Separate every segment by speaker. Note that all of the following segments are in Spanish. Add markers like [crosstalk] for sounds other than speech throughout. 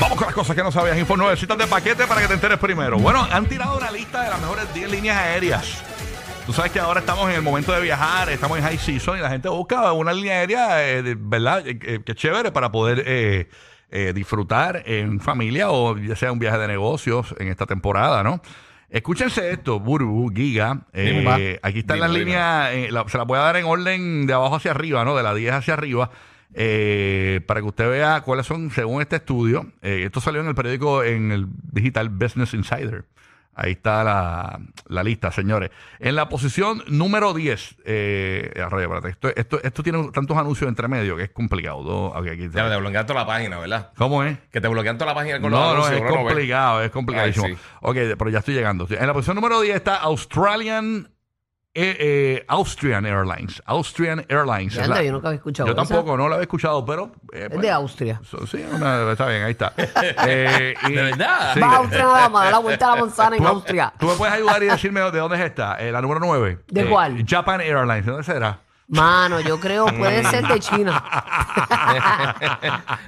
Speaker 1: Vamos con las cosas que no sabías. Info 9, citas de paquete para que te enteres primero. Bueno, han tirado una lista de las mejores 10 líneas aéreas. Tú sabes que ahora estamos en el momento de viajar, estamos en high season y la gente busca una línea aérea, eh, de- ¿verdad? Eh, eh, que es chévere para poder eh, eh, disfrutar en familia o ya sea un viaje de negocios en esta temporada, ¿no? Escúchense esto, Burbu, Giga. eh,
Speaker 2: Dime, pa.
Speaker 1: aquí están las
Speaker 2: Dime, dime.
Speaker 1: líneas línea, eh, la- se la voy a dar en orden de abajo hacia arriba, ¿no? De la 10 hacia arriba, eh, para que usted vea cuáles son, según este estudio. eh, esto salió en el periódico, en el digital Business Insider. Ahí está la, la lista, señores. En la posición número 10, eh, a rayos, espérate, esto, esto, esto tiene tantos anuncios entre medio que es complicado. ¿no? Ok, aquí está.
Speaker 2: Ya te bloquean toda la página, ¿verdad?
Speaker 1: ¿Cómo es?
Speaker 2: Que te bloquean toda la página con los
Speaker 1: No, no,
Speaker 2: anuncios,
Speaker 1: es
Speaker 2: uno no ve.
Speaker 1: complicado, es complicadísimo.
Speaker 2: Ay, sí.
Speaker 1: Ok, pero ya estoy llegando. En la posición número 10 está Australian eh, eh, Austrian Airlines. Austrian Airlines.
Speaker 3: Ya,
Speaker 1: Es la-
Speaker 3: anda, yo nunca había escuchado
Speaker 1: Yo
Speaker 3: esa.
Speaker 1: tampoco, no lo había escuchado, pero... eh,
Speaker 3: Es
Speaker 1: pues,
Speaker 3: de Austria.
Speaker 1: so- sí, una- está bien,
Speaker 2: [laughs]
Speaker 1: ahí está. Eh, y-
Speaker 2: ¿De verdad?
Speaker 1: Sí.
Speaker 3: Va a Austria nada más, da la vuelta a la manzana en
Speaker 1: ¿Tú,
Speaker 3: Austria.
Speaker 1: tú me puedes ayudar y decirme de dónde es esta? Eh, la número 9.
Speaker 3: ¿De cuál?
Speaker 1: Japan Airlines. ¿Dónde será?
Speaker 3: Mano, yo creo puede ser de China.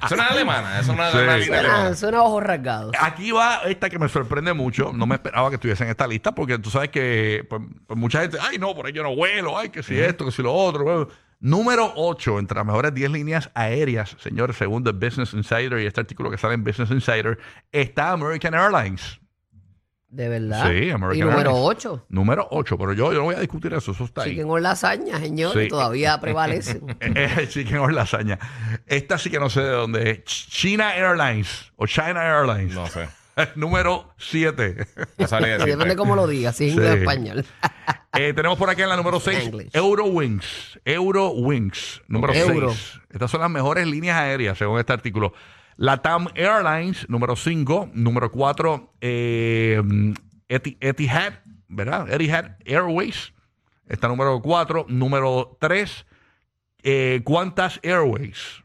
Speaker 2: Eso no es alemana, eso no es
Speaker 1: [laughs] Sí.
Speaker 2: una línea
Speaker 3: Suena,
Speaker 2: alemana.
Speaker 3: suena a ojos rasgados.
Speaker 1: Aquí va esta que me sorprende mucho. No me esperaba que estuviese en esta lista porque tú sabes que pues, pues, mucha gente, ay, no, por ahí yo no vuelo, ay, que si esto, que si lo otro. bueno. Número 8, entre las mejores 10 líneas aéreas, señores, según The Business Insider y este artículo que sale en Business Insider, está American Airlines.
Speaker 3: De verdad.
Speaker 1: Sí, American
Speaker 3: y número
Speaker 1: Airlines.
Speaker 3: 8.
Speaker 1: Número 8, pero yo, yo no voy a discutir eso, eso está ahí.
Speaker 3: Siguen con lasaña, señores,
Speaker 1: Sí. [laughs]
Speaker 3: todavía prevalecen.
Speaker 1: Eh, Chicken or lasaña. Esta sí que no sé de dónde es. Ch- China Airlines o China Airlines.
Speaker 2: No sé.
Speaker 1: [laughs] Número 7.
Speaker 2: No sabría
Speaker 3: Y depende
Speaker 2: decirte.
Speaker 3: cómo lo digas, si es inglés o
Speaker 1: Sí.
Speaker 3: español. [laughs]
Speaker 1: Eh, tenemos por acá en la número 6,
Speaker 3: English.
Speaker 1: Eurowings. Eurowings, número 6.
Speaker 3: Euro.
Speaker 1: Estas son las mejores líneas aéreas, según este artículo. Latam Airlines, número 5. Número 4, Etihad, ¿verdad? Etihad Airways. Está número 4. Número 3, Qantas Airways.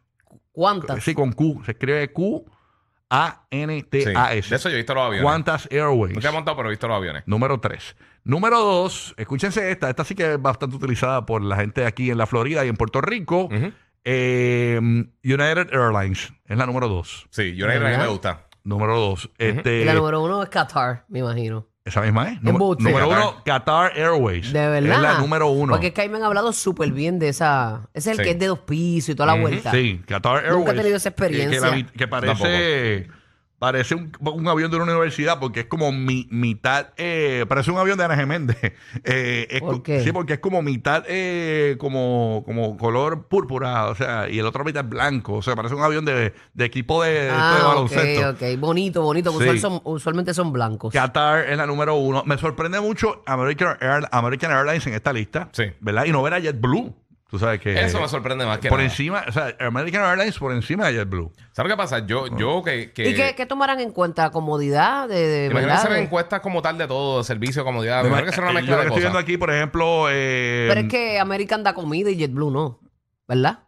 Speaker 3: ¿Cuántas?
Speaker 1: Sí, con Q. Se escribe
Speaker 2: Sí.
Speaker 1: Q-A-N-T-A-S.
Speaker 2: De eso yo he visto los aviones.
Speaker 1: Qantas Airways.
Speaker 2: Nunca he montado, pero he visto los aviones.
Speaker 1: Número 3. Número 2, escúchense esta, esta sí que es bastante utilizada por la gente aquí en la Florida y en Puerto Rico.
Speaker 2: Ujú.
Speaker 1: Eh, United Airlines es la número 2.
Speaker 2: Sí, yo una idea que me gusta.
Speaker 1: Número 2.
Speaker 3: Y la
Speaker 1: Este,
Speaker 3: número uno es Qatar, me imagino.
Speaker 1: esa misma es. Número
Speaker 3: Embuste.
Speaker 1: 1, Qatar Airways.
Speaker 3: De verdad.
Speaker 1: Es la número 1.
Speaker 3: Porque es que ahí me han hablado súper bien de esa. Ese es el
Speaker 2: Sí.
Speaker 3: que es de dos pisos y toda la vuelta.
Speaker 1: Sí, Qatar Airways.
Speaker 3: he tenido esa
Speaker 1: Que- que la
Speaker 3: experiencia.
Speaker 1: vi- Que, parece, parece un, un avión de una universidad porque es como mi- mitad, eh, parece un avión de Ana Geméndez. [laughs] Eh, es
Speaker 3: ¿Por
Speaker 1: co-
Speaker 3: qué?
Speaker 1: Sí, porque es como mitad eh, como, como color púrpura, o sea, y el otro mitad blanco. O sea, parece un avión de, de equipo de, de esto de
Speaker 3: Ah, ok,
Speaker 1: baloncesto.
Speaker 3: ok. Bonito, bonito.
Speaker 1: Sí.
Speaker 3: Usual son- usualmente son blancos.
Speaker 1: Qatar es la número uno. Me sorprende mucho American, Air- American Airlines en esta lista.
Speaker 2: Sí.
Speaker 1: ¿Verdad? Y no ver a JetBlue. Tú sabes que.
Speaker 2: Eso me sorprende más que
Speaker 1: Eh, Por
Speaker 2: nada.
Speaker 1: encima, o sea, American Airlines por encima de JetBlue.
Speaker 2: ¿Sabes lo que pasa?
Speaker 1: Ah.
Speaker 2: Yo, yo que, que...
Speaker 3: ¿Y qué, qué tomarán en cuenta? ¿Comodidad? De, de-
Speaker 2: Imagino que
Speaker 3: ¿verdad?
Speaker 2: hacer
Speaker 3: De-
Speaker 2: encuestas como tal de todo, servicio, comodidad.
Speaker 1: Me
Speaker 2: Imagino
Speaker 1: imag-
Speaker 2: que será una
Speaker 1: eh, yo
Speaker 2: mezcla
Speaker 1: lo
Speaker 2: de
Speaker 1: que estoy viendo
Speaker 2: cosas.
Speaker 1: aquí, por ejemplo. eh,
Speaker 3: Pero es que American da comida y JetBlue no. ¿Verdad?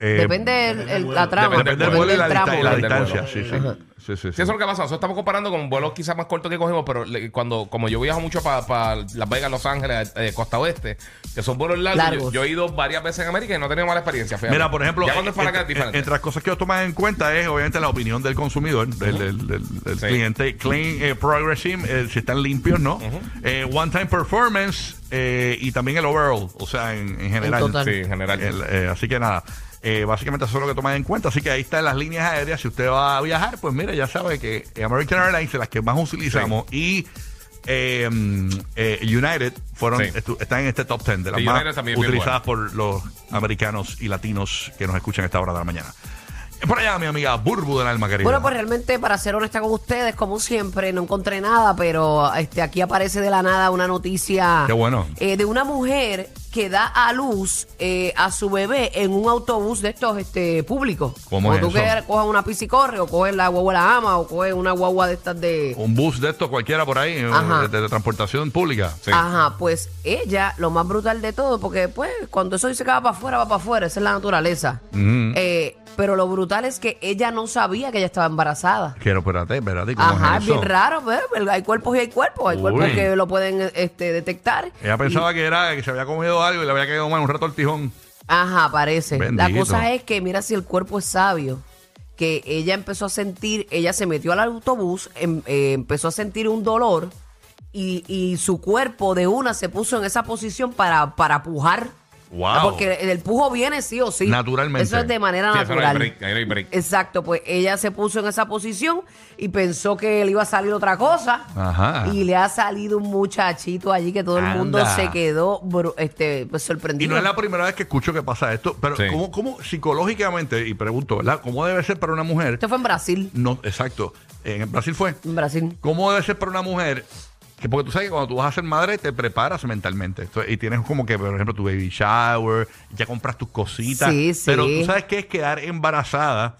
Speaker 1: eh,
Speaker 3: Depende el, el- la trama.
Speaker 1: depende del vuelo y la,
Speaker 3: el tramo.
Speaker 1: dista- y la
Speaker 2: depende del
Speaker 1: distancia. Sí, sí.
Speaker 3: Ajá.
Speaker 1: Sí, sí, sí.
Speaker 2: Sí, eso es lo que pasa. Nosotros estamos comparando con vuelos quizás más cortos que cogimos, pero le- cuando, como yo viajo mucho para Las Vegas, Los Ángeles, eh, Costa Oeste, que son vuelos largos,
Speaker 3: Largos.
Speaker 2: Yo, yo he ido varias veces en América y no he tenido mala experiencia. fíjate.
Speaker 1: Mira, por ejemplo, eh,
Speaker 2: ya cuando es para acá es
Speaker 1: entre-
Speaker 2: diferente.
Speaker 1: entre las cosas que yo tomo en cuenta es obviamente la opinión del consumidor, del, del- del- del
Speaker 2: Sí.
Speaker 1: cliente, clean eh, progressing, eh, si están limpios, ¿no? Eh, one time performance eh, y también el overall, o sea, en, en general.
Speaker 3: total.
Speaker 2: sí, en general.
Speaker 1: El, eh, así que nada. Eh, básicamente eso es lo que toman en cuenta. Así que ahí están las líneas aéreas. Si usted va a viajar, pues mire, ya sabe que American Airlines es las que más utilizamos y eh, mm, eh, United fueron
Speaker 2: Sí.
Speaker 1: estu- están en este top 10 de las
Speaker 2: Sí,
Speaker 1: más
Speaker 2: United también es bien
Speaker 1: utilizadas por los americanos y latinos que nos escuchan a esta hora de la mañana. Eh, Por allá, mi amiga Burbu del Alma Querida.
Speaker 3: Bueno, pues realmente, para ser honesta con ustedes, como siempre, no encontré nada, pero este, aquí aparece de la nada una noticia
Speaker 1: Qué bueno.
Speaker 3: eh, de una mujer que da a luz eh, a su bebé en un autobús de estos este, públicos.
Speaker 1: ¿Cómo
Speaker 3: Como
Speaker 1: es
Speaker 3: tú
Speaker 1: eso?
Speaker 3: que cojas una pizza y corre, o coges la guagua la ama, o coges una guagua de estas de...
Speaker 1: Un bus de estos cualquiera por ahí, eh,
Speaker 3: Ajá.
Speaker 1: de, de transportación pública.
Speaker 2: Sí.
Speaker 3: Ajá, pues ella, lo más brutal de todo, porque después, cuando eso dice que va para afuera, va para afuera, esa es la naturaleza. Eh, pero lo brutal es que ella no sabía que ella estaba embarazada.
Speaker 1: Quiero, espérate, espérate. ¿cómo
Speaker 3: Ajá,
Speaker 1: es
Speaker 3: es
Speaker 1: eso?
Speaker 3: bien raro, pero hay cuerpos y hay cuerpos, hay
Speaker 1: Uy.
Speaker 3: cuerpos que lo pueden este, detectar.
Speaker 1: Ella pensaba que era que se había comido algo y le había quedado mal un rato al tijón.
Speaker 3: Ajá, parece. La
Speaker 1: Bendito.
Speaker 3: cosa es que, mira, si el cuerpo es sabio, que ella empezó a sentir, ella se metió al autobús, em- eh, empezó a sentir un dolor y, y su cuerpo de una se puso en esa posición para, para pujar.
Speaker 1: Wow.
Speaker 3: Porque el pujo viene sí o sí.
Speaker 1: Naturalmente.
Speaker 3: Eso es de manera
Speaker 2: Sí, eso no hay
Speaker 3: natural.
Speaker 2: break, ahí no hay break.
Speaker 3: Exacto, pues ella se puso en esa posición y pensó que le iba a salir otra cosa.
Speaker 1: Ajá.
Speaker 3: Y le ha salido un muchachito allí que todo el mundo
Speaker 1: Anda.
Speaker 3: se quedó bru- este, pues,
Speaker 1: Y
Speaker 3: sorprendido.
Speaker 1: no es la primera vez que escucho que pasa esto, pero
Speaker 2: Sí.
Speaker 1: ¿cómo, cómo psicológicamente, y pregunto, ¿verdad? ¿Cómo debe ser para una mujer?
Speaker 3: Esto fue en Brasil.
Speaker 1: No, exacto. En Brasil fue.
Speaker 3: En Brasil.
Speaker 1: ¿Cómo debe ser para una mujer? Que porque tú sabes que cuando tú vas a ser madre te preparas mentalmente. Esto- Y tienes como que, por ejemplo, tu baby shower, ya compras tus cositas.
Speaker 3: Sí, sí.
Speaker 1: Pero tú sabes que es quedar embarazada.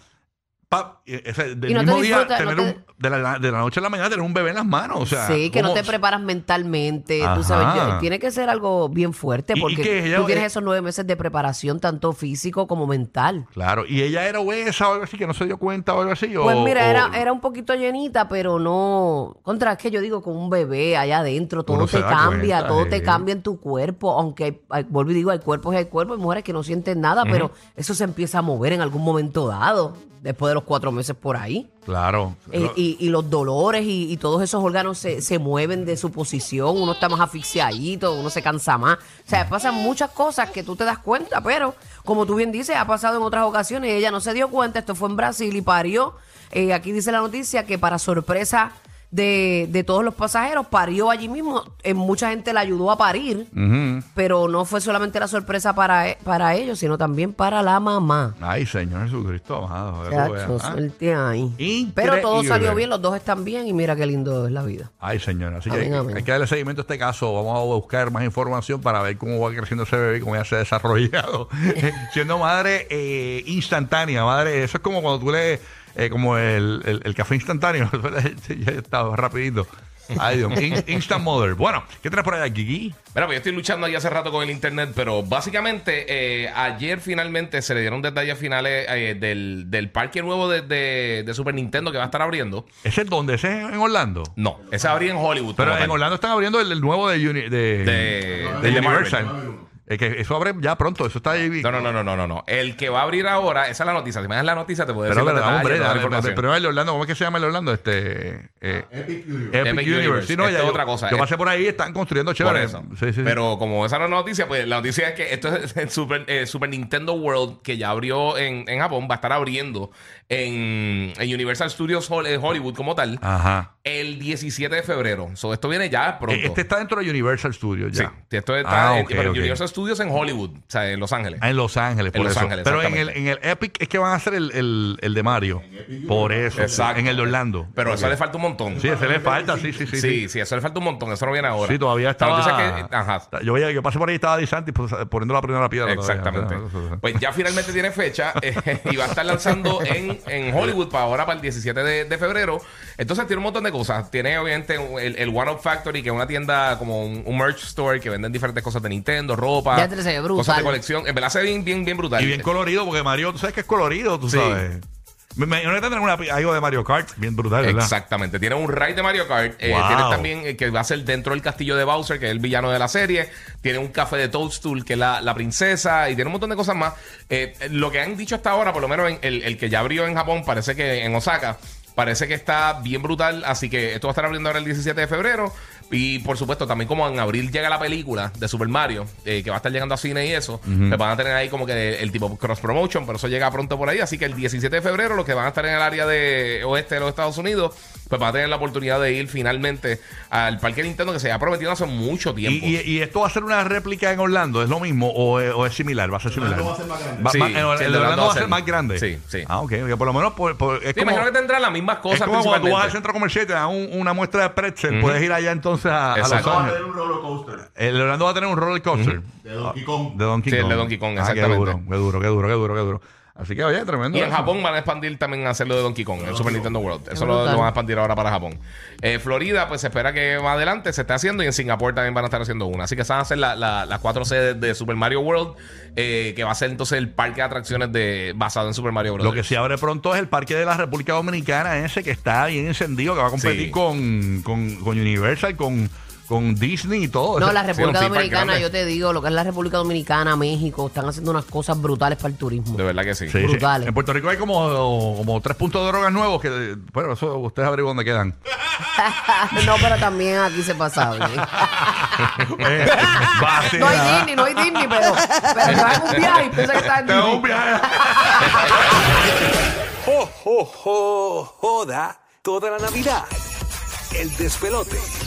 Speaker 1: pa- eh, o sea, del
Speaker 3: Y no te
Speaker 1: mismo día,
Speaker 3: disfrutas, no
Speaker 1: tener
Speaker 3: te-
Speaker 1: un- de, la, de la noche a la mañana, tener un bebé en las manos. O sea,
Speaker 3: sí, que no
Speaker 1: ¿cómo-
Speaker 3: te preparas mentalmente.
Speaker 1: Ajá.
Speaker 3: Tú sabes, ya- tiene que ser algo bien fuerte
Speaker 1: Y- y
Speaker 3: porque
Speaker 1: que ella-
Speaker 3: tú tienes
Speaker 1: eh,
Speaker 3: esos nueve meses de preparación, tanto físico como mental.
Speaker 1: Claro, y ella era obesa o algo así, que no se dio cuenta o algo así.
Speaker 3: Pues
Speaker 1: o-
Speaker 3: mira,
Speaker 1: o-
Speaker 3: era, era un poquito llenita, pero no. Contra, es que yo digo, con un bebé allá adentro, todo
Speaker 1: Uno se
Speaker 3: te
Speaker 1: da cuenta,
Speaker 3: cambia,
Speaker 1: eh.
Speaker 3: todo
Speaker 1: sí.
Speaker 3: te cambia en tu cuerpo. Aunque, hay, hay- vuelvo y digo, hay cuerpos y hay cuerpos, hay mujeres que no sienten nada, pero eso se empieza a mover en algún momento dado, después de los cuatro meses por ahí.
Speaker 1: Claro.
Speaker 3: Eh, y, y los dolores y, y todos esos órganos se, se mueven de su posición, uno está más asfixiadito, uno se cansa más. O sea, pasan muchas cosas que tú te das cuenta, pero como tú bien dices, ha pasado en otras ocasiones, ella no se dio cuenta, esto fue en Brasil y parió. Eh, aquí dice la noticia que para sorpresa de, de todos los pasajeros, parió allí mismo. Eh, mucha gente la ayudó a parir, pero no fue solamente la sorpresa para, e- para ellos, sino también para la mamá.
Speaker 1: Ay, Señor Jesucristo, amado. ya tú veas,
Speaker 3: Chacho,
Speaker 1: ¿ah?
Speaker 3: suerte ahí.
Speaker 1: Increíble.
Speaker 3: Pero todo salió bien, los dos están bien y mira qué lindo es la vida.
Speaker 1: Ay, señora. Así que
Speaker 3: Amén,
Speaker 1: hay-
Speaker 3: amén.
Speaker 1: hay que darle seguimiento a este caso. Vamos a buscar más información para ver cómo va creciendo ese bebé y cómo ya se ha
Speaker 3: [laughs]
Speaker 1: desarrollado. Eh, Siendo madre eh, instantánea, madre. Eso es como cuando tú le. eh, como el, el- el café instantáneo. [laughs] ya estaba rapidito. Ay, Dios. mío. In- instant mother. Bueno, ¿qué tienes por allá, Gigi?
Speaker 2: Mira, pues yo estoy luchando ahí hace rato con el internet, pero básicamente eh, ayer finalmente se le dieron detalles finales eh, del, del parque nuevo de, de- de Super Nintendo que va a estar abriendo.
Speaker 1: ¿Ese es donde? ¿Ese es en Orlando?
Speaker 2: No, ese abría en Hollywood.
Speaker 1: Pero
Speaker 2: como
Speaker 1: en
Speaker 2: tal.
Speaker 1: Orlando están abriendo el, el nuevo de, Uni- de, de
Speaker 2: de
Speaker 1: Universal.
Speaker 2: Marvel.
Speaker 1: Eh, que eso abre ya pronto, eso está ahí.
Speaker 2: No, no, no, no, no, no, no. El que va a abrir ahora, esa es la noticia. Si me das la noticia, te puedo
Speaker 1: Pero,
Speaker 2: decir
Speaker 1: pero,
Speaker 2: los
Speaker 1: dame un
Speaker 2: detalles,
Speaker 1: break,
Speaker 2: toda la
Speaker 1: dame, pero,
Speaker 2: información.
Speaker 1: pero el Orlando, ¿cómo es que se llama el Orlando? Este, eh, Epic Universe.
Speaker 2: Epic Universe.
Speaker 1: Sí, no,
Speaker 2: Esto
Speaker 1: ya
Speaker 2: es
Speaker 1: yo-
Speaker 2: otra cosa.
Speaker 1: Yo
Speaker 2: Es-
Speaker 1: pasé por ahí, están construyendo
Speaker 2: Por
Speaker 1: chévere.
Speaker 2: eso.
Speaker 1: Sí, sí, sí.
Speaker 2: Pero como esa no es la noticia, pues la noticia es que esto es el Super, eh, Super Nintendo World que ya abrió en, en Japón, va a estar abriendo en, en Universal Studios Hol- eh, Hollywood como tal
Speaker 1: Ah. Ajá.
Speaker 2: el 17 de febrero. So, esto viene ya pronto.
Speaker 1: Eh, Este está dentro de Universal Studios ya.
Speaker 2: Sí, esto está
Speaker 1: Ah,
Speaker 2: en,
Speaker 1: ok,
Speaker 2: pero en
Speaker 1: ok.
Speaker 2: Universal Studios en Hollywood, o sea, en Los Ángeles.
Speaker 1: Ah, en Los Ángeles,
Speaker 2: En
Speaker 1: por
Speaker 2: Los
Speaker 1: eso.
Speaker 2: Ángeles,
Speaker 1: Pero en el,
Speaker 2: exactamente.
Speaker 1: en el Epic es que van a hacer el, el, el de Mario. Por eso.
Speaker 2: Exacto.
Speaker 1: En el de Orlando.
Speaker 2: Pero eso le falta un montón.
Speaker 1: Sí, ese le falta, sí, sí, sí.
Speaker 2: Sí,
Speaker 1: sí.
Speaker 2: sí, eso le falta un montón. Eso no viene ahora.
Speaker 1: Sí, todavía estaba.
Speaker 2: La noticia es que- ajá.
Speaker 1: Yo, veía- yo pasé por ahí y estaba Disanti poniendo la primera piedra. todavía.
Speaker 2: Exactamente. Pues ya finalmente tiene fecha [laughs] eh, y va a estar lanzando en, en Hollywood para ahora, para el 17 de, de febrero. Entonces tiene un montón de cosas. Tiene obviamente un- el, el One Up Factory, que es una tienda como un, un merch store que venden diferentes cosas de Nintendo, ropa,
Speaker 3: Ya te se ve brutal.
Speaker 2: cosas de colección. En verdad se ve bien, bien, bien brutal.
Speaker 1: Y bien colorido, porque Mario, tú sabes que es colorido, tú
Speaker 2: Sí.
Speaker 1: sabes. Me imagino que tendrán una, pi- algo de Mario Kart, bien brutal, ¿verdad?
Speaker 2: Exactamente. Tiene un raid de Mario Kart. Eh,
Speaker 1: Wow.
Speaker 2: tiene también eh, que va a ser dentro del castillo de Bowser, que es el villano de la serie. Tiene un café de Toadstool, que es la, la princesa. Y tiene un montón de cosas más. Eh, lo que han dicho hasta ahora, por lo menos en el, el que ya abrió en Japón, parece que en Osaka. Parece que está bien brutal, así que esto va a estar abriendo ahora el 17 de febrero. Y por supuesto, también como en abril llega la película de Super Mario, eh, que va a estar llegando a cine y eso, pues van a tener ahí como que el tipo cross promotion, pero eso llega pronto por ahí. Así que el 17 de febrero, los que van a estar en el área de oeste de los Estados Unidos, pues van a tener la oportunidad de ir finalmente al Parque Nintendo que se ha prometido hace mucho tiempo.
Speaker 1: Y, y- y esto va a ser una réplica en Orlando, ¿es lo mismo o, eh, o es similar? ¿Va a ser similar?
Speaker 4: Orlando va a ser más grande.
Speaker 1: Va-
Speaker 2: Sí,
Speaker 1: va-
Speaker 2: sí,
Speaker 1: el, el de Orlando va a ser más grande.
Speaker 2: Sí, sí.
Speaker 1: Ah, ok, ok, por lo menos por- por- es
Speaker 2: Sí,
Speaker 1: como,
Speaker 2: imagino que tendrán las mismas
Speaker 1: es
Speaker 2: cosas.
Speaker 1: como cuando tú vas al
Speaker 2: principalmente.
Speaker 1: centro comercial y te dan un- una muestra de pretzel, puedes ir allá entonces a, a Los
Speaker 2: Exacto.
Speaker 4: Vamos a
Speaker 1: Ángeles.
Speaker 4: tener un roller coaster
Speaker 1: El Orlando va a tener un roller coaster.
Speaker 4: de Donkey Kong.
Speaker 1: Ah, De Donkey
Speaker 2: Sí, el
Speaker 1: Kong.
Speaker 2: de Donkey Kong,
Speaker 1: Ah,
Speaker 2: exactamente.
Speaker 1: Qué duro, qué duro, qué duro, qué duro, qué duro. Así que, oye, tremendo.
Speaker 2: Y en
Speaker 1: eso.
Speaker 2: Japón van a expandir también a hacerlo de Donkey Kong, el Super Nintendo World. Eso lo,
Speaker 3: brutal.
Speaker 2: lo van a expandir ahora para Japón. Eh, Florida, pues se espera que más adelante se esté haciendo y en Singapur también van a estar haciendo una. Así que esas van a ser la- la- las cuatro sedes de Super Mario World, eh, que va a ser entonces el parque de atracciones de, basado en Super Mario Bros.
Speaker 1: Lo que sí abre pronto es el parque de la República Dominicana, ese que está bien encendido, que va a competir
Speaker 2: Sí.
Speaker 1: con, con, con Universal, con, con Disney y todo.
Speaker 3: No,
Speaker 1: Ese-
Speaker 3: la República
Speaker 2: un theme park
Speaker 3: Dominicana,
Speaker 2: grande.
Speaker 3: yo te digo, lo que es la República Dominicana, México, están haciendo unas cosas brutales para el turismo.
Speaker 2: De verdad que sí.
Speaker 1: Sí, sí.
Speaker 3: brutales.
Speaker 1: En Puerto Rico hay como, como tres puntos de drogas nuevos que, bueno, eso ustedes averiguan dónde
Speaker 3: [laughs]
Speaker 1: quedan.
Speaker 3: no, pero también aquí se pasaba.
Speaker 1: Eh, vacila.
Speaker 3: no hay Disney, no hay Disney, pero, pero te vas en un viaje y piensas que estás en
Speaker 1: Te hago un
Speaker 3: Disney.
Speaker 1: viaje.
Speaker 5: ¡Jo, jo, jo! Joda toda la Navidad. El despelote.